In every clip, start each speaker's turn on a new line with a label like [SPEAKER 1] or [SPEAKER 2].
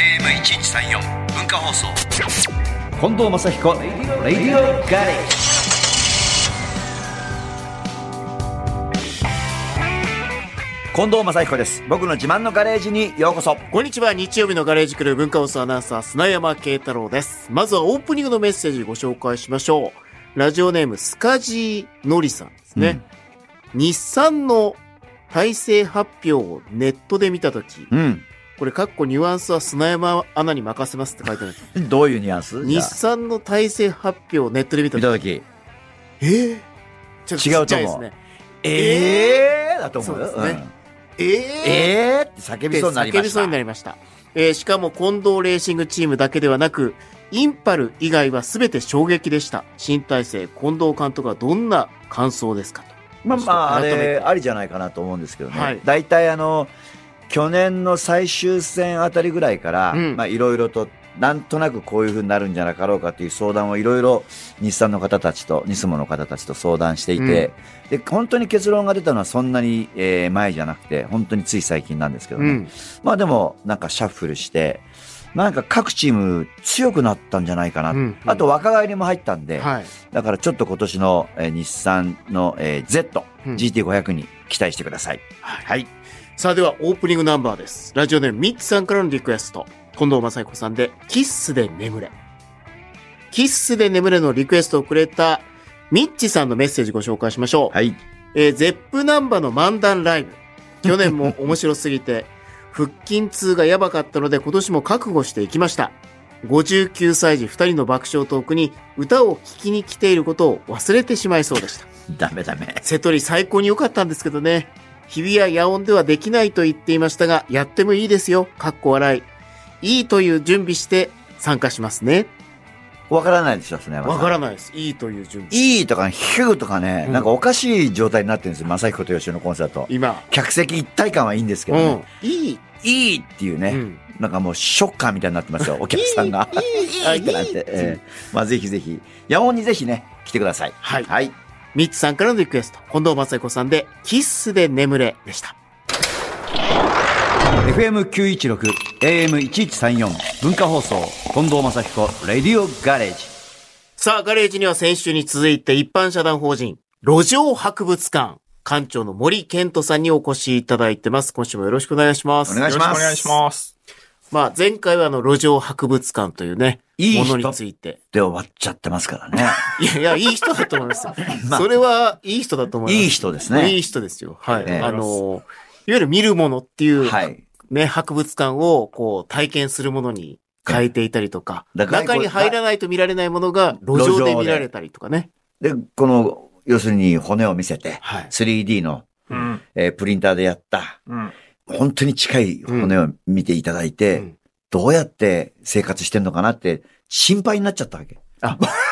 [SPEAKER 1] FM1134 文化放送
[SPEAKER 2] 近藤正彦レディオガレージ近藤正彦です僕の自慢のガレージにようこそ
[SPEAKER 3] こんにちは。日曜日のガレージクルー文化放送アナウンサー、砂山慶太郎です。まずはオープニングのメッセージご紹介しましょう。ラジオネーム、スカジーのりさんですね。日産の体制発表をネットで見たとき、
[SPEAKER 2] うん
[SPEAKER 3] これ、かっこニュアンスは砂山アナに任せますって書いてあるんです。
[SPEAKER 2] どういうニュアンス じゃ
[SPEAKER 3] 日
[SPEAKER 2] あ
[SPEAKER 3] 産の体制発表をネットで見た
[SPEAKER 2] 見
[SPEAKER 3] と
[SPEAKER 2] た
[SPEAKER 3] き、
[SPEAKER 2] 時
[SPEAKER 3] えー、ちょっとちっちゃい
[SPEAKER 2] 違うと
[SPEAKER 3] です
[SPEAKER 2] 思う
[SPEAKER 3] ね。
[SPEAKER 2] ええー、だと思うよ
[SPEAKER 3] そうですね
[SPEAKER 2] ん
[SPEAKER 3] えー、
[SPEAKER 2] えーって叫
[SPEAKER 3] で
[SPEAKER 2] びそうになりま
[SPEAKER 3] 叫び
[SPEAKER 2] し
[SPEAKER 3] そう
[SPEAKER 2] た
[SPEAKER 3] になりました。えーしかも近藤レーシングチームだけではなく、インパル以外は全て衝撃でした。新体制、近藤監督はどんな感想ですかと。
[SPEAKER 2] まあまああ
[SPEAKER 3] 改めて
[SPEAKER 2] れありじゃないかなと思うんですけど
[SPEAKER 3] は
[SPEAKER 2] ね
[SPEAKER 3] い
[SPEAKER 2] 大体、い、あの去年の最終戦あたりぐらいから
[SPEAKER 3] うん
[SPEAKER 2] まあいろいろとなんとなくこういうふうになるんじゃなかろうかという相談をいろいろ日産の方たちとニスモの方たちと相談していて、で本当に結論が出たのはそんなに、えー前じゃなくて本当につい最近なんですけど
[SPEAKER 3] う
[SPEAKER 2] ね、
[SPEAKER 3] ん。
[SPEAKER 2] まあでもなんかシャッフルしてなんか各チーム強くなったんじゃないかな、
[SPEAKER 3] うん
[SPEAKER 2] あと若返りも入ったんで、
[SPEAKER 3] はい。
[SPEAKER 2] だからちょっと今年の、えー日産の、えー Z、
[SPEAKER 3] うん
[SPEAKER 2] GT500 に期待してください。はい。
[SPEAKER 3] さあではオープニングナンバーです。ラジオネームミッツさんからのリクエスト。近藤正彦さんで、キッスで眠れ。キッスで眠れのリクエストをくれたミッチさんのメッセージご紹介しましょう。
[SPEAKER 2] はい。
[SPEAKER 3] えー、ゼップナンバの漫談ライブ。去年も面白す ぎて、腹筋痛がやばかったので今年も覚悟していきました。59歳児2人の爆笑トークに歌を聴きに来ていることを忘れてしまいそうでした。
[SPEAKER 2] ダメダメ。
[SPEAKER 3] 瀬戸り最高に良かったんですけどね。日比谷野音ではできないと言っていましたが、やってもいいですよ。かっこ笑い。いいという準備して参加しますね。
[SPEAKER 2] わからないでしょ、それは。
[SPEAKER 3] わからないです。いいという準備。
[SPEAKER 2] いいとか、ヒューとかね、
[SPEAKER 3] うん
[SPEAKER 2] なんかおかしい状態になってるんですよ、正彦と吉野のコンサート。
[SPEAKER 3] 今。
[SPEAKER 2] 客席一体感はいいんですけ
[SPEAKER 3] う
[SPEAKER 2] どね、
[SPEAKER 3] ん。いい。
[SPEAKER 2] いいっていうね、
[SPEAKER 3] うん
[SPEAKER 2] なんかもうショッカーみたいになってますよ、お客さんが。い
[SPEAKER 3] いい
[SPEAKER 2] いってなっ
[SPEAKER 3] いい
[SPEAKER 2] て。えーまあぜひぜひ、野音にぜひね、来てください。
[SPEAKER 3] はい
[SPEAKER 2] はい。
[SPEAKER 3] ミッツさんからのリクエスト。近藤正彦さんで、キッスで眠れでした。
[SPEAKER 2] FM916、AM1134、文化放送、近藤正彦、レディオガレージ。
[SPEAKER 3] さあ、ガレージには先週に続いて一般社団法人、路上博物館、館長の森健人さんにお越しいただいてます。今週もよろしくお願いします。
[SPEAKER 2] お願いします
[SPEAKER 4] よろくお願いします。
[SPEAKER 3] まあ、前回はあの、路上博物館というね、
[SPEAKER 2] いい人
[SPEAKER 3] ものについて。
[SPEAKER 2] で終わっちゃってますからね。
[SPEAKER 3] いやいや、いい人だと思いますよ
[SPEAKER 2] まあ
[SPEAKER 3] それは、いい人だと思います。
[SPEAKER 2] いい人ですね
[SPEAKER 3] いい人ですよ。はい。
[SPEAKER 2] ええ
[SPEAKER 3] あの、いわゆる見るものっていう、
[SPEAKER 2] はい。
[SPEAKER 3] ね、博物館をこう体験するものに変えていたりとか、
[SPEAKER 2] だから
[SPEAKER 3] 中に入らないと見られないものが路
[SPEAKER 2] 路
[SPEAKER 3] 上
[SPEAKER 2] 上で
[SPEAKER 3] で見られたりとかね。
[SPEAKER 2] で、この、要するに骨を見せて、
[SPEAKER 3] はい
[SPEAKER 2] 3D の、
[SPEAKER 4] うん。
[SPEAKER 2] えープリンターでやった、
[SPEAKER 4] うん。
[SPEAKER 2] 本当に近い骨を見ていただいて、
[SPEAKER 3] うん
[SPEAKER 2] どうやって生活してんのかなって心配になっちゃったわけ。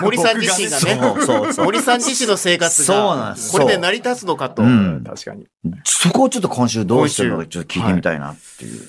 [SPEAKER 3] 森さん自身が
[SPEAKER 2] そう
[SPEAKER 3] ね、
[SPEAKER 2] そうそう。
[SPEAKER 3] 森さん自身の生活が、
[SPEAKER 2] そうなんです
[SPEAKER 3] これで成り立つのかと。
[SPEAKER 2] うん。
[SPEAKER 4] 確かに。
[SPEAKER 2] そこをちょっと今週どうしてるのかちょっと聞いてみたいなっていう。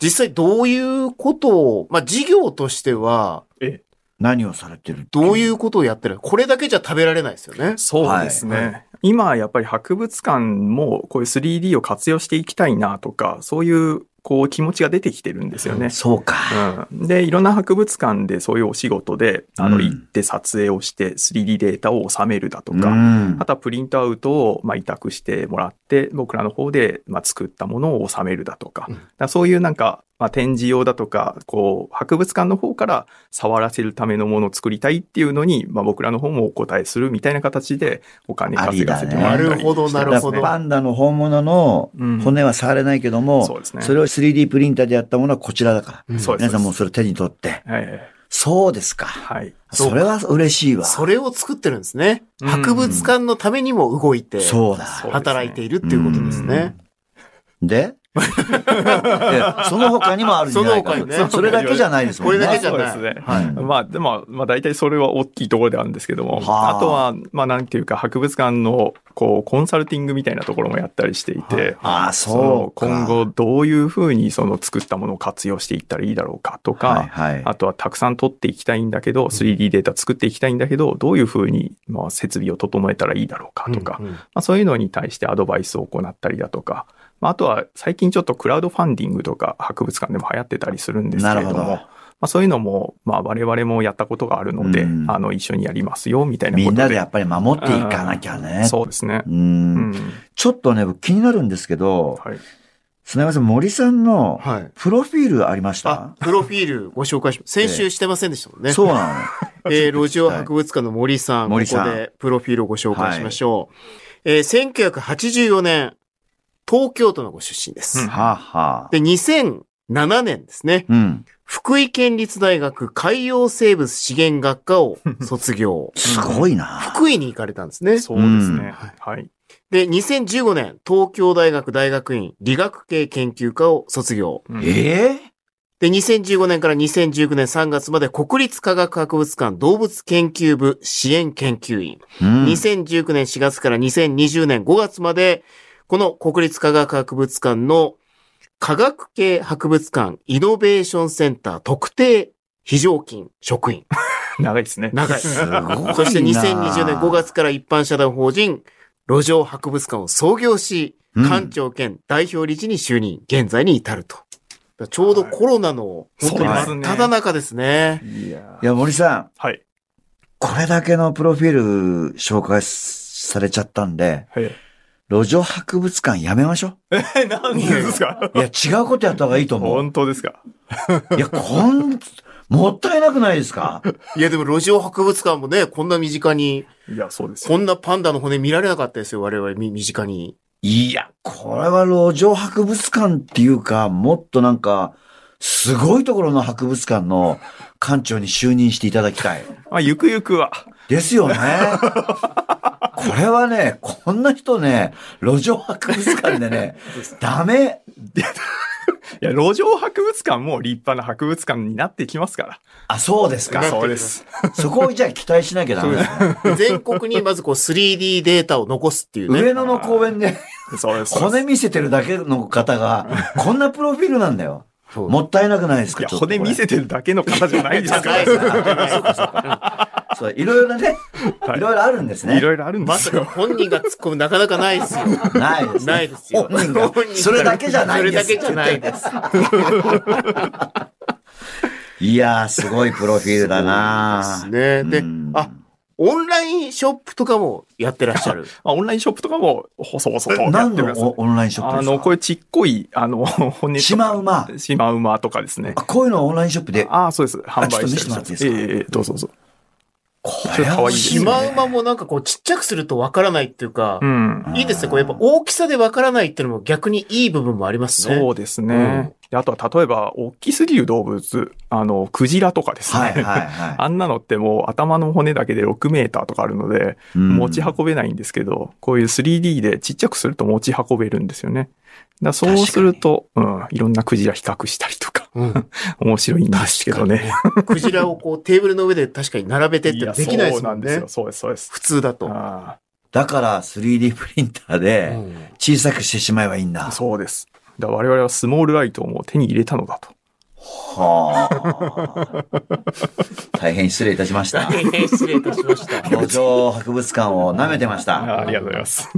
[SPEAKER 3] 実際どういうことを、まあ事業としては、
[SPEAKER 4] え、
[SPEAKER 2] 何をされてるって
[SPEAKER 3] どういうことをやってるこれだけじゃ食べられないですよね。
[SPEAKER 4] そうですね。今、やっぱり博物館もこういう 3D を活用していきたいなとか、そういう、こう、気持ちが出てきてるんですよね。
[SPEAKER 2] そうか。
[SPEAKER 4] うん、で、いろんな博物館でそういうお仕事で、あ
[SPEAKER 2] う
[SPEAKER 4] の、
[SPEAKER 2] ん
[SPEAKER 4] 行って撮影をして、3D データを収めるだとか、
[SPEAKER 2] うん
[SPEAKER 4] あとはプリントアウトを、まあ、委託してもらって、僕らの方で、まあ、作ったものを収めるだとか、
[SPEAKER 3] うん
[SPEAKER 4] だからそういうなんか、まあ、展示用だとか、こう、博物館の方から触らせるためのものを作りたいっていうのに、まあ、僕らの方もお答えするみたいな形で、お金稼がせてもらったり
[SPEAKER 3] ありだねなるほどなるほど
[SPEAKER 4] してま
[SPEAKER 2] パンダの本物の
[SPEAKER 4] うん
[SPEAKER 2] 骨は触れないけども、
[SPEAKER 4] そうですね
[SPEAKER 2] それを 3D プリンターでやったものはこちらだから。
[SPEAKER 4] すねそうです。
[SPEAKER 2] 皆さんもう
[SPEAKER 4] そ
[SPEAKER 2] それ手に取って。
[SPEAKER 4] うですええ
[SPEAKER 2] そうですか。
[SPEAKER 4] はい。
[SPEAKER 2] それは嬉しいわ。
[SPEAKER 3] それを作ってるんですね。
[SPEAKER 4] うん
[SPEAKER 3] 博物館のためにも動いて、
[SPEAKER 2] そうだ。
[SPEAKER 4] そう
[SPEAKER 3] 働いているっていうことですね。
[SPEAKER 2] で、やその他にもあるんじゃないか
[SPEAKER 3] その他にね
[SPEAKER 2] と。それだけじゃないですもんね。
[SPEAKER 3] これだけじゃない
[SPEAKER 4] そうですね。
[SPEAKER 3] はい
[SPEAKER 2] うん
[SPEAKER 4] まあ、でも、まあ、大体それは大きいところであるんですけども、
[SPEAKER 2] はあ
[SPEAKER 4] あとは、まあ、なんていうか、博物館の、こう、コンサルティングみたいなところもやったりしていて、
[SPEAKER 2] ああ、
[SPEAKER 4] そ
[SPEAKER 2] そ
[SPEAKER 4] の
[SPEAKER 2] うか。
[SPEAKER 4] 今後どういうふうにその作ったものを活用していったらいいだろうかとか、
[SPEAKER 2] はいはい。
[SPEAKER 4] あとはたくさん取っていきたいんだけど、3D データ作っていきたいんだけど、どういうふうにまあ設備を整えたらいいだろうかとか、
[SPEAKER 3] うんうん
[SPEAKER 4] まあ、そういうのに対してアドバイスを行ったりだとか、まあ、あとは最近ちょっとクラウドファンディングとか博物館でも流行ってたりするんですけれど
[SPEAKER 2] な
[SPEAKER 4] も、
[SPEAKER 2] るほど
[SPEAKER 4] まあ、そういうのも、まあ、我々もやったことがあるので、
[SPEAKER 2] うん
[SPEAKER 4] あの一緒にやりますよみたいなこ
[SPEAKER 2] み
[SPEAKER 4] と
[SPEAKER 2] ん
[SPEAKER 4] で。
[SPEAKER 2] なでやっぱり守っていかなきゃね。
[SPEAKER 4] そうですね。
[SPEAKER 2] う。
[SPEAKER 4] うんん。
[SPEAKER 2] ちょっとね、僕気になるんですけど、
[SPEAKER 4] はい。
[SPEAKER 2] 砂山さん、森さんの
[SPEAKER 3] はい。
[SPEAKER 2] プロフィールありまし
[SPEAKER 3] あ
[SPEAKER 2] た、
[SPEAKER 3] プロフィールご紹介します。先週してませんでしたもんね。
[SPEAKER 2] そうな
[SPEAKER 3] えー、路上博物館の森さん、
[SPEAKER 2] 森さん
[SPEAKER 3] ここでプロフィールをご紹介しましょう。えー、1984年、東京都のご出身です。
[SPEAKER 4] うん
[SPEAKER 2] の。はあ、はあ。
[SPEAKER 3] で、2007年ですね、
[SPEAKER 2] うん。。
[SPEAKER 3] 福井県立大学海洋生物資源学科を卒業
[SPEAKER 2] すごいな。
[SPEAKER 3] 福井に行かれたんですね。
[SPEAKER 4] そうですね。
[SPEAKER 2] うん
[SPEAKER 4] はい。
[SPEAKER 3] で、2015年、東京大学大学院理学系研究科を卒業。
[SPEAKER 4] うん
[SPEAKER 2] え
[SPEAKER 3] で、2015年から2019年3月まで国立科学博物館動物研究部支援研究員。
[SPEAKER 2] えうん
[SPEAKER 3] 2019年4月から2020年5月まで、この国立科学博物館の科学系博物館イノベーションセンター特定非常勤職員。
[SPEAKER 4] 長いですね。
[SPEAKER 3] 長い。
[SPEAKER 2] すごいな。
[SPEAKER 3] そして2020年5月から一般社団法人路上博物館を創業し、
[SPEAKER 2] うん
[SPEAKER 3] 館長兼代表理事に就任、現在に至ると。だからちょうどコロナの本当に
[SPEAKER 2] はい
[SPEAKER 4] そ
[SPEAKER 3] 真
[SPEAKER 4] う
[SPEAKER 3] っ
[SPEAKER 4] ですね
[SPEAKER 3] 只中ですね。
[SPEAKER 4] いや
[SPEAKER 2] いや、森さん、
[SPEAKER 4] はい。
[SPEAKER 2] これだけのプロフィール紹介されちゃったんで、
[SPEAKER 4] はい。
[SPEAKER 2] 路上博物館やめましょ
[SPEAKER 4] え、なんでですか
[SPEAKER 2] う。いや、違うことやった方がいいと思う。
[SPEAKER 4] 本当ですか
[SPEAKER 2] いや、こん、もったいなくないですか
[SPEAKER 3] いやでも路上博物館もね、こんな身近に、
[SPEAKER 4] いや、そうですよ。
[SPEAKER 3] こんなパンダの骨見られなかったですよ、我々み身近に。
[SPEAKER 2] いや、これは路上博物館っていうか、もっとなんか、すごいところの博物館の館長に就任していただきたい。
[SPEAKER 4] まあ、ゆくゆくは。
[SPEAKER 2] ですよね。これはね、こんな人ね、路上博物館で ね、ダメ。
[SPEAKER 4] いや、路上博物館も立派な博物館になってきますか
[SPEAKER 2] あ、そうです
[SPEAKER 4] ら。
[SPEAKER 2] か。
[SPEAKER 4] そうです。
[SPEAKER 2] そこをじゃあ期待しなきゃダメだね。
[SPEAKER 3] 全国にまずこう 3D データを残すっていうね。
[SPEAKER 2] 上野の公園で
[SPEAKER 4] そうです。そうで
[SPEAKER 2] 骨見せてるだけの方が、こんなプロフィールなんだよ。
[SPEAKER 3] そう
[SPEAKER 2] もったいなくないです
[SPEAKER 4] すい
[SPEAKER 2] か
[SPEAKER 4] や、
[SPEAKER 2] ちょっとこれ
[SPEAKER 4] 骨見せてるだけの方じゃないですか
[SPEAKER 3] 高い
[SPEAKER 4] ら。
[SPEAKER 3] ですねそうかそうか
[SPEAKER 2] そう、いろいろね、いろいろあるんですね。
[SPEAKER 4] いろいろあるんで
[SPEAKER 3] ますさか
[SPEAKER 4] よ。
[SPEAKER 3] 本人が突っ込むなかなかないですよ。
[SPEAKER 2] ないですね。
[SPEAKER 3] ないですよ
[SPEAKER 2] 本人が
[SPEAKER 3] 本人が
[SPEAKER 2] それだけじゃないんです。
[SPEAKER 3] それだけじゃないです。
[SPEAKER 2] いやー、すごいプロフィールだな
[SPEAKER 3] そうですねで
[SPEAKER 2] うん
[SPEAKER 3] あオンラインショップとかもやってらっしゃる。
[SPEAKER 4] まあ、オンラインショップとかも、細々と
[SPEAKER 2] え
[SPEAKER 4] やっ
[SPEAKER 2] 何
[SPEAKER 4] て
[SPEAKER 2] の
[SPEAKER 4] ます。
[SPEAKER 2] オオンラインショップ
[SPEAKER 4] あ
[SPEAKER 2] ですか
[SPEAKER 4] の、こういうちっこい、あの、骨とか
[SPEAKER 2] シマウマ。
[SPEAKER 4] シマウマとかですね
[SPEAKER 2] あ。こういうのオンラインショップで。
[SPEAKER 4] ああ、そうです。販売してる
[SPEAKER 2] ちょっと見せてもらっていいです
[SPEAKER 4] え
[SPEAKER 2] か
[SPEAKER 4] えええ、どうぞどうぞ。
[SPEAKER 2] こ
[SPEAKER 4] ちょっと可愛い
[SPEAKER 2] 欲
[SPEAKER 4] で
[SPEAKER 2] しい
[SPEAKER 4] す
[SPEAKER 3] シ
[SPEAKER 4] ね
[SPEAKER 3] マウマもなんかこうちっちゃくするとわからないっていうか
[SPEAKER 4] う、ん。
[SPEAKER 2] ん
[SPEAKER 3] いいですね。こうやっぱ大きさでわからないっていうのも逆にいい部分もありますね。
[SPEAKER 4] そうです
[SPEAKER 3] う
[SPEAKER 4] ね
[SPEAKER 3] ん。
[SPEAKER 4] であとは、例えば、大きすぎる動物、あの、クジラとかですね。
[SPEAKER 2] はいはいは
[SPEAKER 4] あんなのってもう頭の骨だけで6メーターとかあるので、
[SPEAKER 2] い。うん
[SPEAKER 4] 持ち運べないんですけど、こういう 3D でちっちゃくすると持ち運べるんですよね。だからそうすると、うん、いろんなクジラ比較したりとか、
[SPEAKER 3] うん。
[SPEAKER 4] 面白いんですけどね。
[SPEAKER 3] クジラをこうテーブルの上で確かに並べてって
[SPEAKER 4] や
[SPEAKER 3] できないです
[SPEAKER 4] そうな
[SPEAKER 3] も
[SPEAKER 4] ん
[SPEAKER 3] ん
[SPEAKER 4] です
[SPEAKER 3] ね
[SPEAKER 4] よ。。そうです、そうです。
[SPEAKER 3] 普通だと。
[SPEAKER 4] あ
[SPEAKER 2] だから 3D プリンター
[SPEAKER 3] う
[SPEAKER 2] で
[SPEAKER 3] ん
[SPEAKER 2] 小さくしてしまえばいいんだ。
[SPEAKER 4] あそうです。だから我々はスモールライトをもう手に入れたのだと。
[SPEAKER 2] はあ。大変失礼いたしま した。
[SPEAKER 3] 失礼いたしました。
[SPEAKER 2] 路上博物館を舐めてまし
[SPEAKER 4] あ
[SPEAKER 2] た。
[SPEAKER 4] ありがとうございます。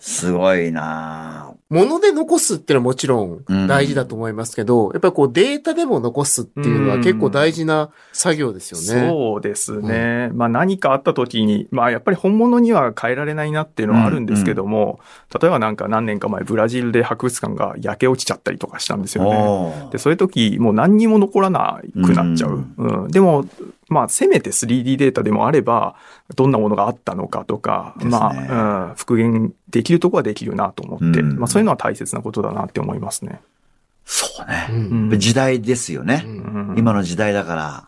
[SPEAKER 2] すごいな
[SPEAKER 3] 物で残すってのはもちろん
[SPEAKER 2] うん
[SPEAKER 3] 大事だと思いますけど、やっぱりこうデータでも残すっていうのは結構大事な作業ですよね。
[SPEAKER 4] そうですね。まあ何かあった時に、まあやっぱり本物には変えられないなっていうのはあるんですけども、例えばなんか何年か前ブラジルで博物館が焼け落ちちゃったりとかしたんですよね。
[SPEAKER 2] おー
[SPEAKER 4] で、そういう時、もう何にも残らなくなっちゃう。うんでも、まあ、せめて 3D データでもあれば、どんなものがあったのかとか、
[SPEAKER 2] ですね
[SPEAKER 4] まあ、うん、復元できるとこはできるなと思って、
[SPEAKER 2] うん
[SPEAKER 4] まあ、そういうのは大切なことだなって思いますね。
[SPEAKER 2] そうね。
[SPEAKER 3] うん
[SPEAKER 2] 時代ですよね。
[SPEAKER 3] うん
[SPEAKER 4] うん
[SPEAKER 2] 今の時代だから、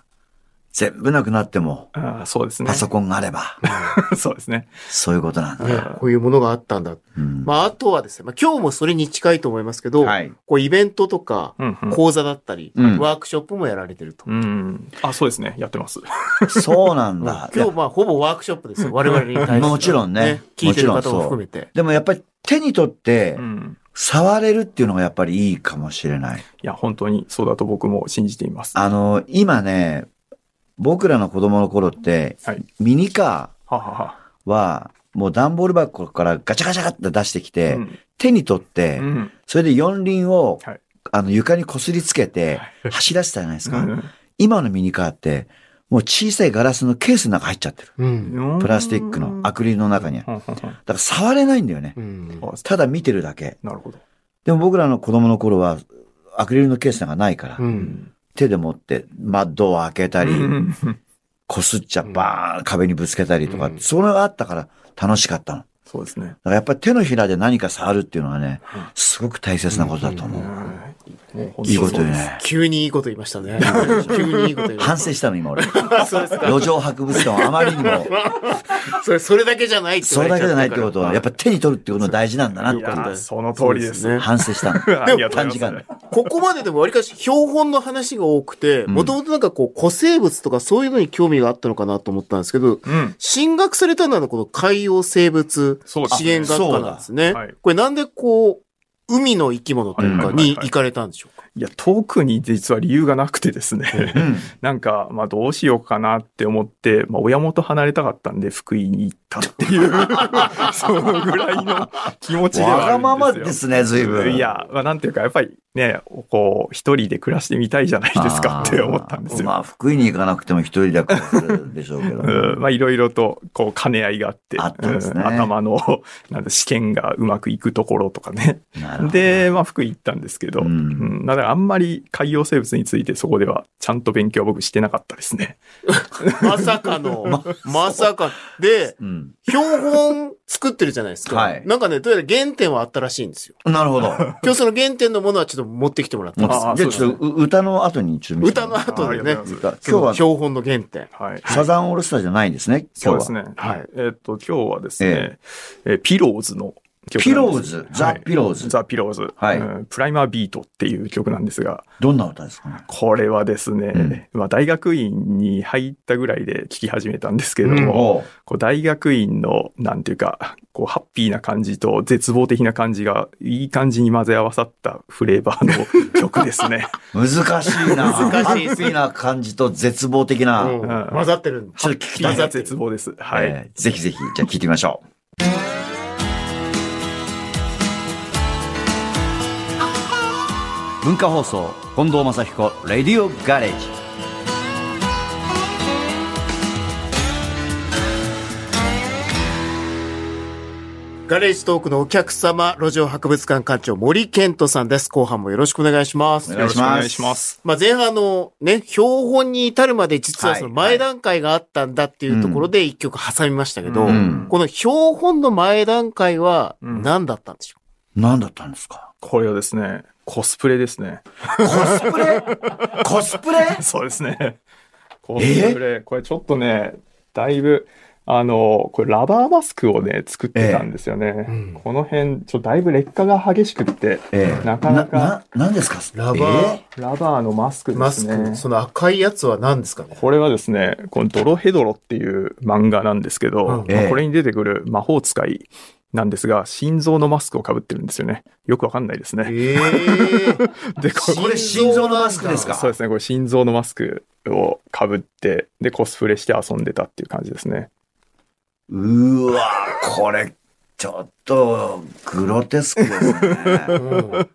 [SPEAKER 2] 全部なくなっても、
[SPEAKER 4] あーそうですね
[SPEAKER 2] パ。ソコンがあれば、
[SPEAKER 4] そうですね。
[SPEAKER 2] そういうことなんだ。
[SPEAKER 3] ねこういうものがあったんだ。
[SPEAKER 2] うん
[SPEAKER 3] まあ、あとはですね、まあ、今日もそれに近いと思いますけど、
[SPEAKER 2] はい。
[SPEAKER 3] こうイベントとか、
[SPEAKER 4] うん、うん。
[SPEAKER 3] 講座だったり、
[SPEAKER 2] うん
[SPEAKER 3] ワークショップもやられてると。
[SPEAKER 4] うん。あ、そうですね。やってます。
[SPEAKER 2] そうなん
[SPEAKER 3] ま
[SPEAKER 2] だ。
[SPEAKER 3] あ 今日まあほぼワークショップですよ。我々に対しては。
[SPEAKER 2] もちろんね
[SPEAKER 3] 聞いてる方も含めて。
[SPEAKER 2] でもやっぱり手に取って
[SPEAKER 4] う、ん。
[SPEAKER 2] 触れるっていうのがやっぱりいいかもしれない。
[SPEAKER 4] いや、本当にそうだと僕も信じています。は
[SPEAKER 2] あの、今ね、僕らの子供の頃って、
[SPEAKER 4] はい
[SPEAKER 2] ミニカ
[SPEAKER 4] はは。
[SPEAKER 2] ーは、もう段ボール箱からガチャガチャガチャって出してきて、
[SPEAKER 4] うん
[SPEAKER 2] 手に取って、
[SPEAKER 4] うん。
[SPEAKER 2] それで四輪を、
[SPEAKER 4] はい
[SPEAKER 2] あの床にこすりつけて、走らせたじゃないですか。今のミニカーって、もう小さいガラスのケースの中入っちゃってる。
[SPEAKER 3] うん。
[SPEAKER 4] うん
[SPEAKER 2] プラスチックのアクリルの中には。だ
[SPEAKER 4] うんうんうん
[SPEAKER 2] から触れないんだよね。
[SPEAKER 3] うん
[SPEAKER 4] あ
[SPEAKER 2] ただ見てるだけ。
[SPEAKER 4] なるほど。
[SPEAKER 2] でも僕らの子供の頃は、アクリルのケースなんかないから、
[SPEAKER 3] うん。
[SPEAKER 2] 手で持って、窓を開けたり、
[SPEAKER 4] うん
[SPEAKER 2] こすっちゃバーン壁にぶつけたりとか、
[SPEAKER 3] うん
[SPEAKER 2] それがあったから楽しかったの。だか
[SPEAKER 4] そうですね。
[SPEAKER 2] らやっぱり手のひらで何か触るっていうのはね
[SPEAKER 4] うん、
[SPEAKER 2] すごく大切なことだと思う。
[SPEAKER 4] うんもう本当に
[SPEAKER 2] いいこと
[SPEAKER 4] そ
[SPEAKER 2] よ
[SPEAKER 4] うです
[SPEAKER 2] ね。
[SPEAKER 3] 急にいいこと言いましたね。急にいいこと言いま
[SPEAKER 2] 反
[SPEAKER 3] し
[SPEAKER 2] 省したの今俺。
[SPEAKER 3] た。 そうですか。
[SPEAKER 2] 路上博物館はあま りにも、
[SPEAKER 3] それ、それだけじゃないって
[SPEAKER 2] そ
[SPEAKER 3] 言わ
[SPEAKER 2] れ
[SPEAKER 3] れちゃ
[SPEAKER 2] だ
[SPEAKER 3] っ
[SPEAKER 2] け
[SPEAKER 3] た
[SPEAKER 2] じゃな
[SPEAKER 3] から
[SPEAKER 2] いってことは、やっぱ手に取るっていうことが大事なんだなって
[SPEAKER 4] い
[SPEAKER 2] こ
[SPEAKER 4] や
[SPEAKER 2] と
[SPEAKER 4] ー
[SPEAKER 2] です。
[SPEAKER 4] その通りです。
[SPEAKER 3] そうですね
[SPEAKER 2] 反省した の。
[SPEAKER 4] ありがとうござ
[SPEAKER 2] 短
[SPEAKER 4] いま
[SPEAKER 2] 時
[SPEAKER 4] す
[SPEAKER 2] 間で。
[SPEAKER 3] ここまででもわりかし標本の話が多くて、
[SPEAKER 2] ん
[SPEAKER 3] もともとなんかこう古生物とかそういうのに興味があったのかなと思ったんですけど、
[SPEAKER 4] うん。
[SPEAKER 3] 進学されたのはこの海洋生物
[SPEAKER 4] そうです
[SPEAKER 3] 資
[SPEAKER 4] ね
[SPEAKER 3] 源学科なんですね。
[SPEAKER 4] そうだはい
[SPEAKER 3] これなんでこう、海の生き物というか
[SPEAKER 2] うん
[SPEAKER 3] に行かれたんでしょうか、
[SPEAKER 4] いや、特に実は理由がなくてですね。
[SPEAKER 2] うん。
[SPEAKER 4] なんか、まあどうしようかなって思って、まあ親元離れたかったんで福井に行ったっ ていう、そのぐらいの気持ちで
[SPEAKER 2] わ
[SPEAKER 4] は
[SPEAKER 2] が
[SPEAKER 4] あるんですよ。
[SPEAKER 2] ままですね、随分。
[SPEAKER 4] いや、まあなんていうか、やっぱりね、こう、一人で暮らしてみたいじゃないですかって思ったんですよ。
[SPEAKER 2] まあ、福井に行かなくても一人だからするでしょうけど。
[SPEAKER 4] うん、まあいろいろと、こう、兼ね合いがあって、
[SPEAKER 2] あったんですね
[SPEAKER 4] うん頭の、なんだ試験がうまくいくところとかね。
[SPEAKER 2] なるほど、
[SPEAKER 4] で、まあ福井行ったんですけど、
[SPEAKER 2] う
[SPEAKER 4] うんんだからあんまり海洋生物についてそこではちゃんと勉強は僕してなかったですね。
[SPEAKER 3] まさかの、まさか。で、
[SPEAKER 2] うん。
[SPEAKER 3] 標本作ってるじゃないですか。
[SPEAKER 2] はい
[SPEAKER 3] なんかね、どうやら原点はあったらしいんですよ。
[SPEAKER 2] なるほ ど。
[SPEAKER 3] 今日その原点のものはちょっと持ってきてもらったんです。
[SPEAKER 4] あー
[SPEAKER 2] じゃ
[SPEAKER 4] そ
[SPEAKER 2] あ
[SPEAKER 4] う
[SPEAKER 2] ちょっとう歌の後にちょっと見て
[SPEAKER 3] 歌の後で
[SPEAKER 4] あり
[SPEAKER 3] ね
[SPEAKER 4] がと、うございます
[SPEAKER 2] 歌
[SPEAKER 3] 今日
[SPEAKER 2] 今
[SPEAKER 3] は
[SPEAKER 2] 日は
[SPEAKER 3] 標本の原点。
[SPEAKER 4] はい。
[SPEAKER 2] サザンオールスターじゃないんですね、
[SPEAKER 4] そ
[SPEAKER 2] 今
[SPEAKER 4] うで
[SPEAKER 2] 日
[SPEAKER 4] す
[SPEAKER 2] は。
[SPEAKER 4] ね。
[SPEAKER 3] はい
[SPEAKER 4] えっと、今日はですね、えーピローズの曲
[SPEAKER 2] ピ
[SPEAKER 4] な
[SPEAKER 2] ロ
[SPEAKER 4] ん
[SPEAKER 2] ー
[SPEAKER 4] です
[SPEAKER 2] ズ、ザ・
[SPEAKER 4] はい
[SPEAKER 2] ピローズ。
[SPEAKER 4] ザ・ピローズ、
[SPEAKER 2] はい
[SPEAKER 4] うんプライマービートっていう曲なんですが、
[SPEAKER 2] どんな歌ですかね
[SPEAKER 4] これはですね、まあ、大学院に入ったぐらいで聴き始めたんですけれども、
[SPEAKER 2] おう
[SPEAKER 4] こう大学院の、なんていうか、こうハッピーな感じと絶望的な感じが、いい感じに混ぜ合わさったフレーバーの曲で すね。
[SPEAKER 2] 難しいな。
[SPEAKER 3] 難しい
[SPEAKER 2] ハッピーな感じと絶望的な。
[SPEAKER 3] うん
[SPEAKER 4] うん
[SPEAKER 3] 混ざってるんだ
[SPEAKER 2] ちょっと聞き
[SPEAKER 4] ピ
[SPEAKER 2] たい。
[SPEAKER 4] ザ絶望です。はい。
[SPEAKER 2] えーぜひぜひ、じゃあ聞いてみましょう。文化放送、近藤正彦、レディオガレージ。
[SPEAKER 3] ガレージトークのお客様、路上博物館館長森健人さんです。後半もよろしくお願いします。
[SPEAKER 2] お願いします
[SPEAKER 4] よろくお願いします。
[SPEAKER 3] まあ前半のね、標本に至るまで実はその
[SPEAKER 2] はいは
[SPEAKER 3] 前
[SPEAKER 2] い
[SPEAKER 3] 段階があったんだっていうところで一曲挟みましたけど、
[SPEAKER 2] ん
[SPEAKER 3] この標本の前段階は何だったんでしょ
[SPEAKER 2] 何だったんですか
[SPEAKER 4] これはですね、コスプレですね。
[SPEAKER 2] コスプレコスプレ
[SPEAKER 4] そうですね。コスプレ、これちょっとね、だいぶ、あの、これラバーマスクをね、作ってたんですよね。
[SPEAKER 3] うん
[SPEAKER 4] この辺、ちょっとだいぶ劣化が激しくって、
[SPEAKER 2] ええ
[SPEAKER 4] なかなか
[SPEAKER 2] な、何ですか
[SPEAKER 3] ラバー
[SPEAKER 2] え
[SPEAKER 4] ラバーのマスク
[SPEAKER 3] う
[SPEAKER 4] ですね。
[SPEAKER 3] その赤いやつは何ですかね
[SPEAKER 4] これはですね、このドロヘドロっていう漫画なんですけど、
[SPEAKER 3] うん
[SPEAKER 2] ええ
[SPEAKER 4] まあこれに出てくる魔法使いなんですが、心臓のマスクをかぶってるんですよね。よくわかんないですね。
[SPEAKER 3] ええ
[SPEAKER 4] で、これ
[SPEAKER 2] これ心臓のマスクですか
[SPEAKER 4] そうですね、これ心臓のマスクをかぶって、で、コスプレして遊んでたっていう感じですね。
[SPEAKER 2] うーわーこれ、ちょっと、グロテスクですね。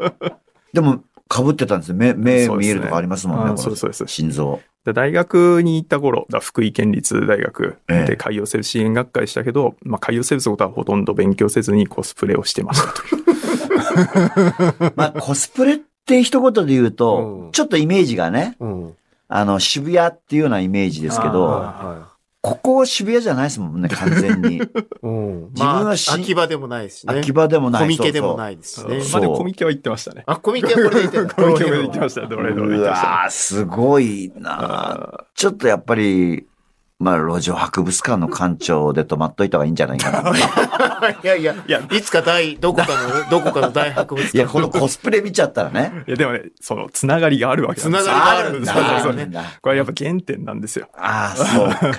[SPEAKER 2] でも、被ってたんですよ。目、目
[SPEAKER 4] そう
[SPEAKER 2] 見
[SPEAKER 4] です
[SPEAKER 2] え
[SPEAKER 4] ね
[SPEAKER 2] るとかありますもんね。
[SPEAKER 4] あ
[SPEAKER 2] これ
[SPEAKER 4] そうですそうです
[SPEAKER 2] 心臓。
[SPEAKER 4] で大学に行った頃、だ福井県立大学
[SPEAKER 2] ええ
[SPEAKER 4] で海洋生物支援学会したけど、まあ、海洋生物のことはほとんど勉強せずにコスプレをしてましたという。
[SPEAKER 2] まあ、コスプレって一言で言うと、
[SPEAKER 3] うん
[SPEAKER 2] ちょっとイメージがね、
[SPEAKER 3] うん。
[SPEAKER 2] あの、渋谷っていうようなイメージですけど、
[SPEAKER 4] あ
[SPEAKER 2] ここは渋谷じゃないですもんね、完全 に。
[SPEAKER 3] うん。
[SPEAKER 2] 自分
[SPEAKER 3] まあ、
[SPEAKER 2] はし
[SPEAKER 3] 秋葉でもないしね。
[SPEAKER 2] 秋葉でもない。
[SPEAKER 3] コミケでも
[SPEAKER 2] い。
[SPEAKER 3] ないです
[SPEAKER 4] ま
[SPEAKER 3] ね。
[SPEAKER 2] そう
[SPEAKER 4] あでもコミケは行ってましたね。
[SPEAKER 3] あ、コミケはこれでいて
[SPEAKER 4] コミケは行ってました。どれどれ
[SPEAKER 2] う
[SPEAKER 4] 行ってました。
[SPEAKER 2] わーすごいな
[SPEAKER 4] あ
[SPEAKER 2] ちょっとやっぱり、まあ、路上博物館の館長で泊まっといた方がいいんじゃないか な。
[SPEAKER 3] いやいや、い
[SPEAKER 4] いや
[SPEAKER 3] つか大、どこかの、どこかの大博物
[SPEAKER 2] いや、こ
[SPEAKER 3] 館。
[SPEAKER 2] のコスプレ見ちゃったらね。
[SPEAKER 4] ーいやでもね、そのつながりがあるわけなんです
[SPEAKER 3] つ
[SPEAKER 4] よ
[SPEAKER 3] ながりがあるんだ
[SPEAKER 4] そうそう
[SPEAKER 2] あ
[SPEAKER 4] そう
[SPEAKER 2] る
[SPEAKER 3] ね
[SPEAKER 2] んだ。
[SPEAKER 4] これやっぱ原点なんですよ。
[SPEAKER 2] ああ、そうか。
[SPEAKER 4] やっ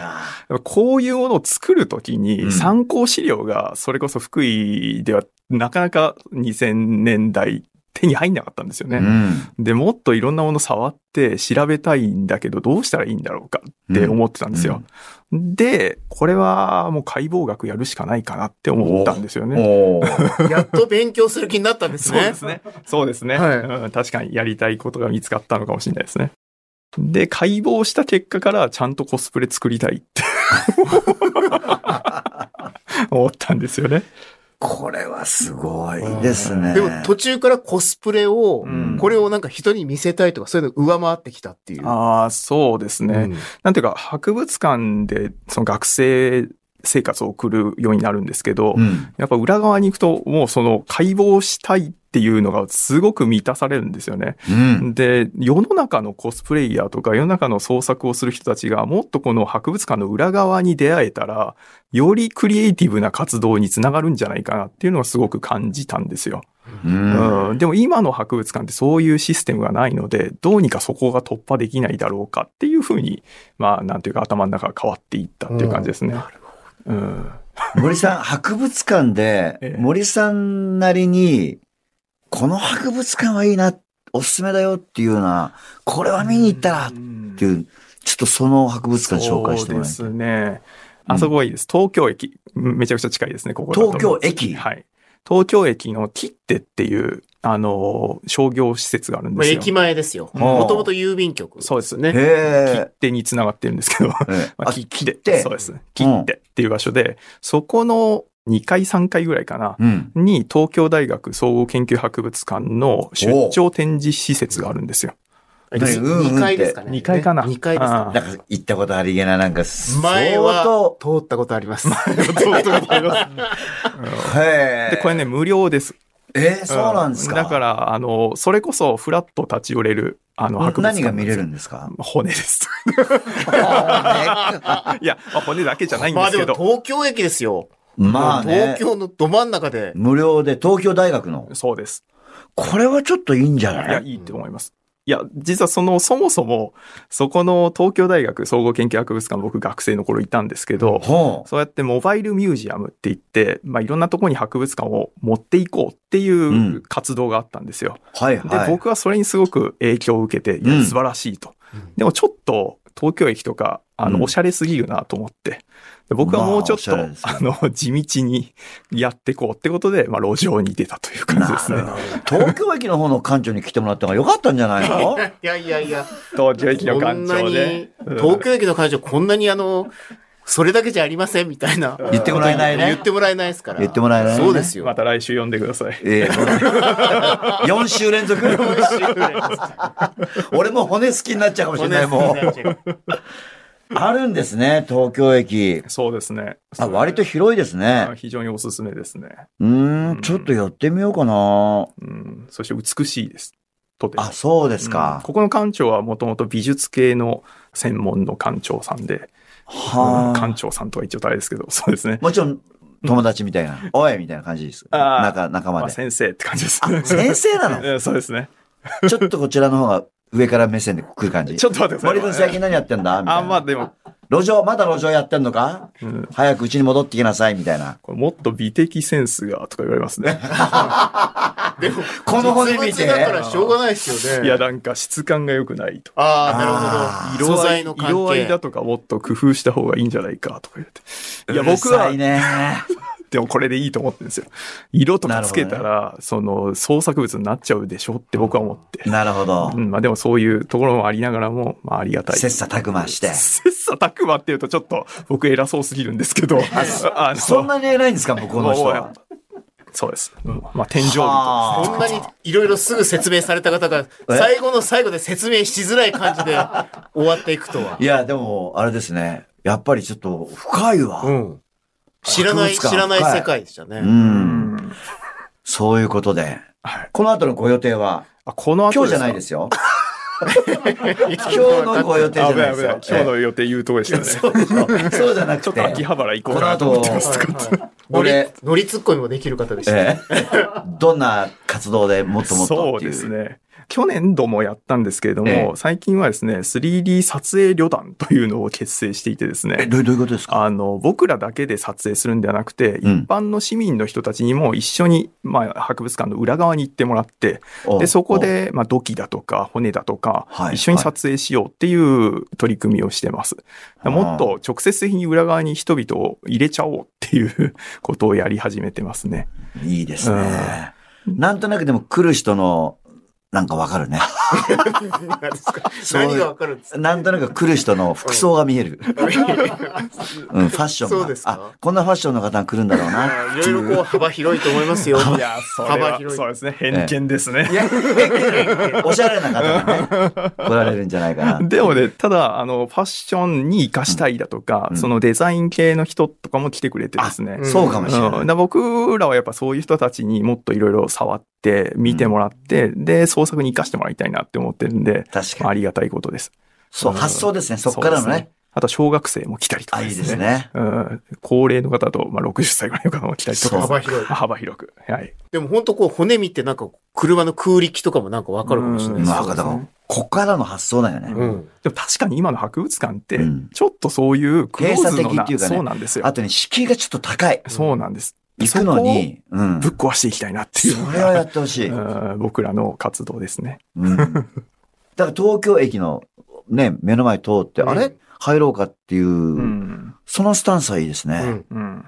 [SPEAKER 4] ぱこういうものを作るとき
[SPEAKER 2] うん
[SPEAKER 4] に参考資料がそれこそ福井ではなかなか2000年代手に入んなかったんですよ
[SPEAKER 2] う
[SPEAKER 4] ね。
[SPEAKER 2] ん。
[SPEAKER 4] で、もっといろんなもの触って調べたいんだけどどうしたらいいんだろうかって思ってたんですよ。で、これはもう解剖学やるしかないかなって思ったんですよね。
[SPEAKER 2] おー
[SPEAKER 3] やっと勉強する気になったんです
[SPEAKER 4] そう
[SPEAKER 3] ね
[SPEAKER 4] で。すね。そうですね、
[SPEAKER 3] はい
[SPEAKER 4] うん確かにやりたいことが見つかったのかもしれないですね。で、解剖した結果からちゃんとコスプレ作りたいって 思ったんですよね。
[SPEAKER 2] これはすごいですね。
[SPEAKER 3] でも途中からコスプレを
[SPEAKER 4] う、
[SPEAKER 2] ん
[SPEAKER 3] これをなんか人に見せたいとか、そういうの上回ってきたっていう。
[SPEAKER 4] ああ、そうですね。
[SPEAKER 3] うん
[SPEAKER 4] なんていうか、博物館でその学生生活を送るようになるんですけど、
[SPEAKER 2] うん。
[SPEAKER 4] やっぱ裏側に行くと、もうその解剖したいっていうのがすごく満たされるんですよね。
[SPEAKER 2] うん。
[SPEAKER 4] で、世の中のコスプレイヤーとか世の中の創作をする人たちがもっとこの博物館の裏側に出会えたら、よりクリエイティブな活動につながるんじゃないかなっていうのはすごく感じたんですよ。
[SPEAKER 2] うん。
[SPEAKER 4] うん、でも今の博物館ってそういうシステムがないので、どうにかそこが突破できないだろうかっていうふうに、まあなんていうか頭の中が変わっていったっていう感じですね。うん。
[SPEAKER 2] 森さん、博物館で
[SPEAKER 4] ええ、
[SPEAKER 2] 森さんなりに、この博物館はいいな、おすすめだよっていうような、これは見に行ったらっていう、ちょっとその博物館紹介してもらいた
[SPEAKER 4] そ
[SPEAKER 2] いう
[SPEAKER 4] ですね。あそこがいいです。東京駅。めちゃくちゃ近いですね、ここだと
[SPEAKER 2] 東京駅
[SPEAKER 4] はい。東京駅の切手っていう、あのー商業施設があるん
[SPEAKER 3] ま
[SPEAKER 4] で
[SPEAKER 3] あ
[SPEAKER 4] すよ。
[SPEAKER 3] 駅前ですよ。
[SPEAKER 4] うん
[SPEAKER 3] もともと郵便局。
[SPEAKER 4] そうですね。
[SPEAKER 2] へ
[SPEAKER 4] 切手につながってるんですけど。 ま
[SPEAKER 2] え。ええ
[SPEAKER 4] あ
[SPEAKER 2] あ、切っ
[SPEAKER 4] そう
[SPEAKER 2] て。
[SPEAKER 4] ですね。切手っていう場所で、そこの2階、3階ぐらいかな。
[SPEAKER 2] うん。
[SPEAKER 4] に東京大学総合研究博物館の出張展示施設があるんです
[SPEAKER 2] う
[SPEAKER 4] よ。
[SPEAKER 2] ん
[SPEAKER 3] です
[SPEAKER 2] うんうん
[SPEAKER 3] 二階ですかね。
[SPEAKER 4] 二階かな
[SPEAKER 3] 2階ですか
[SPEAKER 4] あ
[SPEAKER 2] なんか行ったことありげな、なんか、
[SPEAKER 3] 前
[SPEAKER 2] 相
[SPEAKER 3] は
[SPEAKER 2] 当
[SPEAKER 3] 通ったことあります。
[SPEAKER 2] へえ。
[SPEAKER 4] で、これね、無料です。
[SPEAKER 2] えー、そうなんですか。
[SPEAKER 4] だから、あの、それこそフラッと立ち寄れる、あの、博物
[SPEAKER 2] 何
[SPEAKER 4] 館
[SPEAKER 2] が見れる
[SPEAKER 4] なんで
[SPEAKER 2] んですか
[SPEAKER 4] すよ骨です。
[SPEAKER 2] ま
[SPEAKER 4] いや、まあ骨だけじゃないん
[SPEAKER 3] ま
[SPEAKER 4] で
[SPEAKER 3] あ
[SPEAKER 4] す
[SPEAKER 3] で
[SPEAKER 4] け
[SPEAKER 3] も
[SPEAKER 4] ど。
[SPEAKER 3] 東京駅ですよ。
[SPEAKER 2] あ
[SPEAKER 3] 東
[SPEAKER 2] ね、
[SPEAKER 3] 京のど真ん中で。
[SPEAKER 2] 無料で東京大学の。
[SPEAKER 4] そうです。
[SPEAKER 2] これはちょっといいんじゃ
[SPEAKER 4] い
[SPEAKER 2] な
[SPEAKER 4] や、
[SPEAKER 2] い
[SPEAKER 4] いいと思います。いや、実はその、そもそも、そこの東京大学総合研究博物館、僕学生の頃いたんですけど、
[SPEAKER 2] ほう。
[SPEAKER 4] そうやってモバイルミュージアムって言って、まあ、いろんなところに博物館を持っていこうってい
[SPEAKER 2] ん
[SPEAKER 4] う活動があったんですよ。
[SPEAKER 2] はい
[SPEAKER 4] で、
[SPEAKER 2] はい。
[SPEAKER 4] 僕はそれにすごく影響を受けて、いや
[SPEAKER 2] うん
[SPEAKER 4] 素晴らしいと。
[SPEAKER 3] うん
[SPEAKER 4] でもちょっと東京駅とか、あ
[SPEAKER 2] う
[SPEAKER 4] の、
[SPEAKER 2] ん
[SPEAKER 4] おしゃれすぎるなと思って、で僕はもうちょっと、
[SPEAKER 2] まあおしゃれですね
[SPEAKER 4] あの、地道にやってこうってことで、まあ、路上に出たという感じですね。
[SPEAKER 2] 東京駅の方の館長に来てもらった方が良かったんじゃない の
[SPEAKER 3] いやいやいや。
[SPEAKER 4] 東京駅の
[SPEAKER 3] こ
[SPEAKER 4] 感
[SPEAKER 3] んな
[SPEAKER 4] 情
[SPEAKER 3] に
[SPEAKER 4] で。うん
[SPEAKER 3] 東京駅の会場こんなにあの、それだけじゃありませんみたいな。
[SPEAKER 2] 言ってもらえないね
[SPEAKER 3] 言ってもらえないですから。
[SPEAKER 2] 言ってもらえないね
[SPEAKER 3] そうですよ。
[SPEAKER 4] また来週呼んでください。
[SPEAKER 2] ええ4週連続俺も骨好きになっちゃうかもしれない、もう。あるんですね、東京駅。
[SPEAKER 4] そうですね。
[SPEAKER 2] あ、割と
[SPEAKER 4] そ
[SPEAKER 2] 広いです
[SPEAKER 4] れあ
[SPEAKER 2] ね。
[SPEAKER 4] 非常におすすめですね。
[SPEAKER 2] うーん、ちょっとやってみようかな。
[SPEAKER 4] うん。そして美しいです。とても
[SPEAKER 2] あ、そうです
[SPEAKER 4] うん
[SPEAKER 2] か。
[SPEAKER 4] ここの館長はもともと美術系の専門の館長さんで、
[SPEAKER 2] は
[SPEAKER 4] うん
[SPEAKER 2] あ。
[SPEAKER 4] 館長さんとは一応誰ですけど、そうですね。
[SPEAKER 2] もちろん、友達みたいな、おいみたいな感じです。
[SPEAKER 4] あー
[SPEAKER 2] 仲、仲
[SPEAKER 4] ま
[SPEAKER 2] 間
[SPEAKER 4] あ、
[SPEAKER 2] で。
[SPEAKER 4] 先生って感じです。
[SPEAKER 2] あ、先生なの
[SPEAKER 4] えー そうですね。
[SPEAKER 2] ちょっとこちらの方が上から目線で来る感じ。
[SPEAKER 4] ちょっと待ってくださ
[SPEAKER 2] 森
[SPEAKER 4] い。
[SPEAKER 2] 君最近何やってんだみたいな。
[SPEAKER 4] あ、まあでも、
[SPEAKER 2] 路上、まだ路上やってんのか
[SPEAKER 4] うん
[SPEAKER 2] 早く家に戻ってきなさい、みたいな。
[SPEAKER 4] これもっと美的センスがとか言われま すね。
[SPEAKER 2] この骨見て。
[SPEAKER 3] 実物だからしょうがないですよね。
[SPEAKER 4] いや、なんか質感が良くないと。
[SPEAKER 3] ああ、なるほど。素
[SPEAKER 4] 色合い
[SPEAKER 3] 材の関係。
[SPEAKER 4] 色合いだとかもっと工夫した方がいいんじゃないかとか言って。いや、
[SPEAKER 2] うる
[SPEAKER 4] 僕
[SPEAKER 2] さ、
[SPEAKER 4] はい
[SPEAKER 2] ね。
[SPEAKER 4] でもこれでいいと思ってるんですよ。色とかつけたら、その創作物になっちゃうでしょって僕は思って。
[SPEAKER 2] なるほど
[SPEAKER 4] う。ん、まあでもそういうところもありながらも、まあありがたい。
[SPEAKER 2] 切磋琢磨して。
[SPEAKER 4] 切磋琢磨っていうとちょっと僕偉そうすぎるんですけど、あの
[SPEAKER 2] そんなに偉いんですか、向こうの人は。
[SPEAKER 4] そうです。まあ天井人
[SPEAKER 2] はあ
[SPEAKER 4] と
[SPEAKER 3] こんなにいろいろすぐ説明された方が、最後の最後で説明しづらい感じで終わっていくとは。
[SPEAKER 2] いや、でも、あれですね。やっぱりちょっと深いわ。
[SPEAKER 4] うん。
[SPEAKER 3] 知らない、
[SPEAKER 2] 博物館
[SPEAKER 3] 知らない世
[SPEAKER 2] は
[SPEAKER 3] 界でしたね。
[SPEAKER 2] う。
[SPEAKER 4] うんん。
[SPEAKER 2] そういうことで。
[SPEAKER 4] はい。
[SPEAKER 2] この後のご予定は、
[SPEAKER 4] あ、この後
[SPEAKER 2] 今日じゃないですすよ。
[SPEAKER 3] 今
[SPEAKER 2] 今日のご予定じ
[SPEAKER 4] か。
[SPEAKER 2] ゃ
[SPEAKER 4] 危な
[SPEAKER 2] ないいで
[SPEAKER 4] 危
[SPEAKER 2] すよ
[SPEAKER 4] ない。今。日の予定言うとこでしたね。
[SPEAKER 2] ええそうじゃな
[SPEAKER 4] ちょ
[SPEAKER 2] く
[SPEAKER 4] っと秋
[SPEAKER 2] て、
[SPEAKER 4] 葉原行こ
[SPEAKER 2] こ
[SPEAKER 4] う
[SPEAKER 2] の
[SPEAKER 4] かなと
[SPEAKER 2] 後
[SPEAKER 4] 思って、ます。
[SPEAKER 3] はい乗り
[SPEAKER 2] 俺、
[SPEAKER 3] 乗りツッコミもできる方でしたね。
[SPEAKER 2] ええどんな活動でもっともっと
[SPEAKER 4] そ
[SPEAKER 2] っ
[SPEAKER 4] う
[SPEAKER 2] ていう。
[SPEAKER 4] ですね。去年度もやったんですけれども、
[SPEAKER 2] え
[SPEAKER 4] 最近はですね、3D 撮影旅団というのを結成していてです
[SPEAKER 2] え、
[SPEAKER 4] ね、
[SPEAKER 2] どうどういうことですか
[SPEAKER 4] あの、僕らだけで撮影するんではなくて、
[SPEAKER 2] うん
[SPEAKER 4] 一般の市民の人たちにも一緒に、まあ、博物館の裏側に行ってもらって、
[SPEAKER 2] お
[SPEAKER 4] で、そこ
[SPEAKER 2] お
[SPEAKER 4] で、まあ、土器だとか骨だとか、
[SPEAKER 2] はい
[SPEAKER 4] 一緒に撮影しようっていう取り組みをしてます。
[SPEAKER 2] あー
[SPEAKER 4] もっと直接的に裏側に人々を入れちゃおうっていう ことをやり始めてますね。
[SPEAKER 2] いいですね。なんとなくでも来る人の、なんかわかるね。
[SPEAKER 3] 何ですか
[SPEAKER 2] そう
[SPEAKER 3] 何がわかるんですか
[SPEAKER 2] なんとなく来る人の服装が見 える。うん、ファッションが。
[SPEAKER 3] そうですか
[SPEAKER 2] あ、こんなファッションの方が来るんだろうな。
[SPEAKER 3] いろいろこう幅広いと思いますよ。いや、
[SPEAKER 4] そ
[SPEAKER 3] 幅広い
[SPEAKER 4] そうですね。偏見ですね。
[SPEAKER 2] おしゃれな 方がね、来られるんじゃないかな。
[SPEAKER 4] でもね、ただ、あの、ファッションに活かしたいだとか、
[SPEAKER 2] うん
[SPEAKER 4] そのデザイン系の人とかも来てくれてですね。
[SPEAKER 3] あ
[SPEAKER 2] そうかもしれ
[SPEAKER 4] うん、だ
[SPEAKER 2] な
[SPEAKER 4] か
[SPEAKER 2] い。
[SPEAKER 4] ら僕らはやっぱそういう人たちにもっといろいろ触って、見てもらって、で、創作に活かしてもらいたいなって思ってるんで、
[SPEAKER 2] 確
[SPEAKER 4] まあ、
[SPEAKER 2] か
[SPEAKER 4] あ
[SPEAKER 2] に。
[SPEAKER 4] りがたいことです。
[SPEAKER 2] そう、
[SPEAKER 4] うん
[SPEAKER 2] 発想ですね。そっからの
[SPEAKER 4] そうです
[SPEAKER 2] ね。
[SPEAKER 4] あと、小学生も来たりと
[SPEAKER 2] あ、
[SPEAKER 4] か
[SPEAKER 2] い
[SPEAKER 4] で
[SPEAKER 2] い
[SPEAKER 4] すね。
[SPEAKER 2] ですね。
[SPEAKER 4] うん、高齢の方と、まあ、60歳ぐらいの方も来たりと
[SPEAKER 2] そう
[SPEAKER 4] か、
[SPEAKER 3] 幅広い。
[SPEAKER 4] 幅広く。はい。
[SPEAKER 3] でも本当こう骨見てなんか車の空力とかもなんかわかるかもしれないです
[SPEAKER 2] まあ、
[SPEAKER 4] うん
[SPEAKER 2] だからこっからの発想だよね。
[SPEAKER 3] うん。
[SPEAKER 4] でも確かに今の博物館って
[SPEAKER 2] うん、
[SPEAKER 4] ちょっとそういうクローズの
[SPEAKER 2] 閉鎖的
[SPEAKER 4] な、
[SPEAKER 2] っていうかね
[SPEAKER 4] そうなんですよ
[SPEAKER 2] あ。とね、敷居がちょっと高い。
[SPEAKER 4] そうなんです。
[SPEAKER 2] 行くのに、うん
[SPEAKER 4] ぶっ。壊していきたいなっていうの
[SPEAKER 2] そ
[SPEAKER 4] が
[SPEAKER 2] れはやってほしい。うん。
[SPEAKER 4] うん僕らの活動ですね。
[SPEAKER 2] だから東京駅のね、目の前通って、
[SPEAKER 3] うん
[SPEAKER 2] あれ入ろうかっていう、
[SPEAKER 4] ん。
[SPEAKER 2] そのスタンスはいいですね。
[SPEAKER 3] うん。
[SPEAKER 4] うん。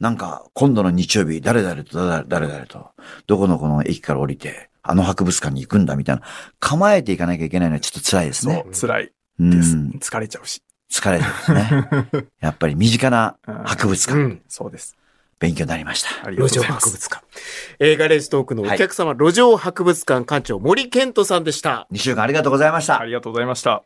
[SPEAKER 2] なんか、今度の日曜日、誰々と誰々誰々と、どこのこの駅から降りて、あの博物館に行くんだみたいな、構えていかなきゃいけないのはちょっと辛いですね。
[SPEAKER 4] 辛い
[SPEAKER 2] うん
[SPEAKER 4] です。疲れちゃうし。
[SPEAKER 2] 疲れてますね。やっぱり身近な
[SPEAKER 4] うん
[SPEAKER 2] 博物
[SPEAKER 3] う
[SPEAKER 2] 館、
[SPEAKER 3] ん。
[SPEAKER 4] そうです。
[SPEAKER 2] 勉強になりました。
[SPEAKER 4] ありが
[SPEAKER 3] 路
[SPEAKER 4] とう
[SPEAKER 3] 上
[SPEAKER 4] ございま
[SPEAKER 3] 博
[SPEAKER 4] す。
[SPEAKER 3] 物館。映画レーストークのお客様、路上博物館館長森健人さんでした。
[SPEAKER 2] 2週間ありがとうございました
[SPEAKER 4] あ。りがとうございました。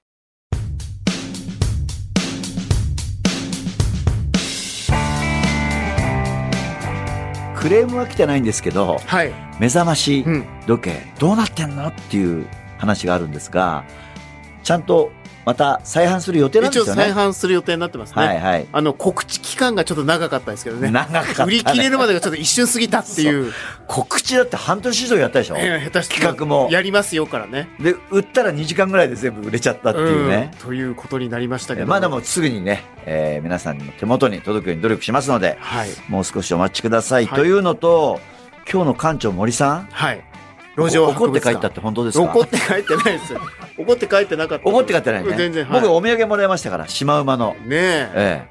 [SPEAKER 2] クレームは来てないんですけど、
[SPEAKER 3] はい。
[SPEAKER 2] 目覚まし
[SPEAKER 3] うん。
[SPEAKER 2] ロケ、どうなってんのっていう話があるんですが、ちゃんとまた再販する予定なん
[SPEAKER 3] 一
[SPEAKER 2] で
[SPEAKER 3] 応
[SPEAKER 2] すよね。
[SPEAKER 3] 再販する予定になってますね。
[SPEAKER 2] はいはい。
[SPEAKER 3] あの、告知期間がちょっと長かったですけどね。
[SPEAKER 2] 長かった、
[SPEAKER 3] 売
[SPEAKER 2] ね。
[SPEAKER 3] り切れるまでがちょっと一瞬過ぎたっていう、
[SPEAKER 2] 告知だって半年以上やったでしょ。
[SPEAKER 3] えー下手して
[SPEAKER 2] 企画も
[SPEAKER 3] やりますよからね。
[SPEAKER 2] で、売ったら2時間ぐらいで全部売れちゃったっていうね
[SPEAKER 3] ん。ということになりましたけ
[SPEAKER 2] え
[SPEAKER 3] ど。
[SPEAKER 2] まあでもすぐにね、えー皆さんの手元に届くように努力しますので、
[SPEAKER 3] はい。
[SPEAKER 2] もう少しお待ちください。
[SPEAKER 3] はい
[SPEAKER 2] というのと、今日の館長森さん、
[SPEAKER 3] はい。路上
[SPEAKER 2] 怒
[SPEAKER 3] 博
[SPEAKER 2] っ
[SPEAKER 3] 物
[SPEAKER 2] て帰
[SPEAKER 3] 館
[SPEAKER 2] ったって本当ですか
[SPEAKER 3] 怒って帰ってないですよ。怒って帰ってなかった。
[SPEAKER 2] 怒って帰ってないね。
[SPEAKER 3] 全然。
[SPEAKER 2] 僕
[SPEAKER 3] は
[SPEAKER 2] お土産もらいましたから、シマウマの。
[SPEAKER 3] い、ねえ。
[SPEAKER 2] え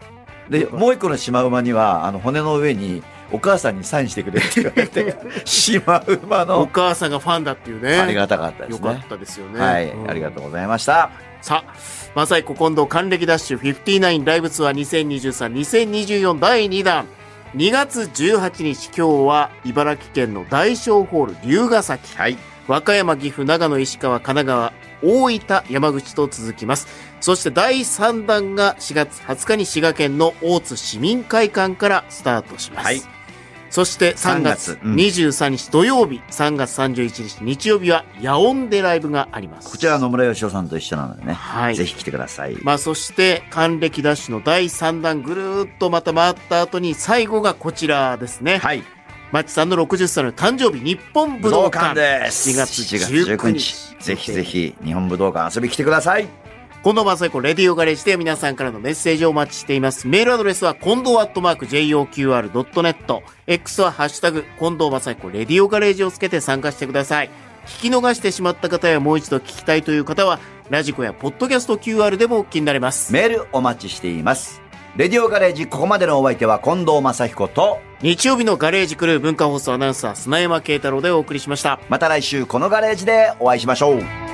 [SPEAKER 2] え。で、もう一個のシマウマには、あの、骨の上に、お母さんにサインしてくれって言われ て、シマウマ
[SPEAKER 3] お
[SPEAKER 2] の、
[SPEAKER 3] 母さんがファンだっていうね。
[SPEAKER 2] ありがたかったで
[SPEAKER 3] よ
[SPEAKER 2] す
[SPEAKER 3] かっ
[SPEAKER 2] ね。
[SPEAKER 3] たですよね。
[SPEAKER 2] はい、
[SPEAKER 3] うん
[SPEAKER 2] ありがとうございました。
[SPEAKER 3] さあ、マサイコ近藤還暦ダッシュ59ライブツアー2023-2024第2弾。2月18日、今日は茨城県の大正ホール龍ヶ崎。和歌山、岐阜、長野、石川、神奈川、大分、山口と続きます。そして第3弾が4月20日に滋賀県の大津市民会館からスタートします。
[SPEAKER 2] はい
[SPEAKER 3] そして3
[SPEAKER 2] 3月
[SPEAKER 3] 月
[SPEAKER 2] うん
[SPEAKER 3] 23日土曜日、3月31日日曜日は野音でライブがあります。
[SPEAKER 2] こちらは野村義雄さんと一緒なのでね、
[SPEAKER 3] はい
[SPEAKER 2] ぜひ来てください。
[SPEAKER 3] まあそして、還暦ダッシュの第3弾ぐるーっとまた回った後に、最後がこちらですね。
[SPEAKER 2] はい。
[SPEAKER 3] マッチさんの60歳の誕生日、日本武
[SPEAKER 2] 武
[SPEAKER 3] 道
[SPEAKER 2] 道
[SPEAKER 3] 館
[SPEAKER 2] 館です。
[SPEAKER 3] 7月
[SPEAKER 2] 19
[SPEAKER 3] 19
[SPEAKER 2] 日
[SPEAKER 3] 日。
[SPEAKER 2] ぜひぜひ、日本武道館遊びに来てください。
[SPEAKER 3] 近藤正彦、レディオガレージで皆さんからのメッセージをお待ちしています。メールアドレスは、近藤アットマーク JOQR.net。X は、ハッシュタグ、近藤正彦、レディオガレージをつけて参加してください。聞き逃してしまった方やもう一度聞きたいという方は、ラジコやポッドキャスト QR でもお聞きになれます。
[SPEAKER 2] メールお待ちしています。レディオガレージ、ここまでのお相手は近藤正彦と、
[SPEAKER 3] 日曜日のガレージクルー文化放送アナウンサー、砂山慶太郎でお送りしました。
[SPEAKER 2] また来週このガレージでお会いしましょう。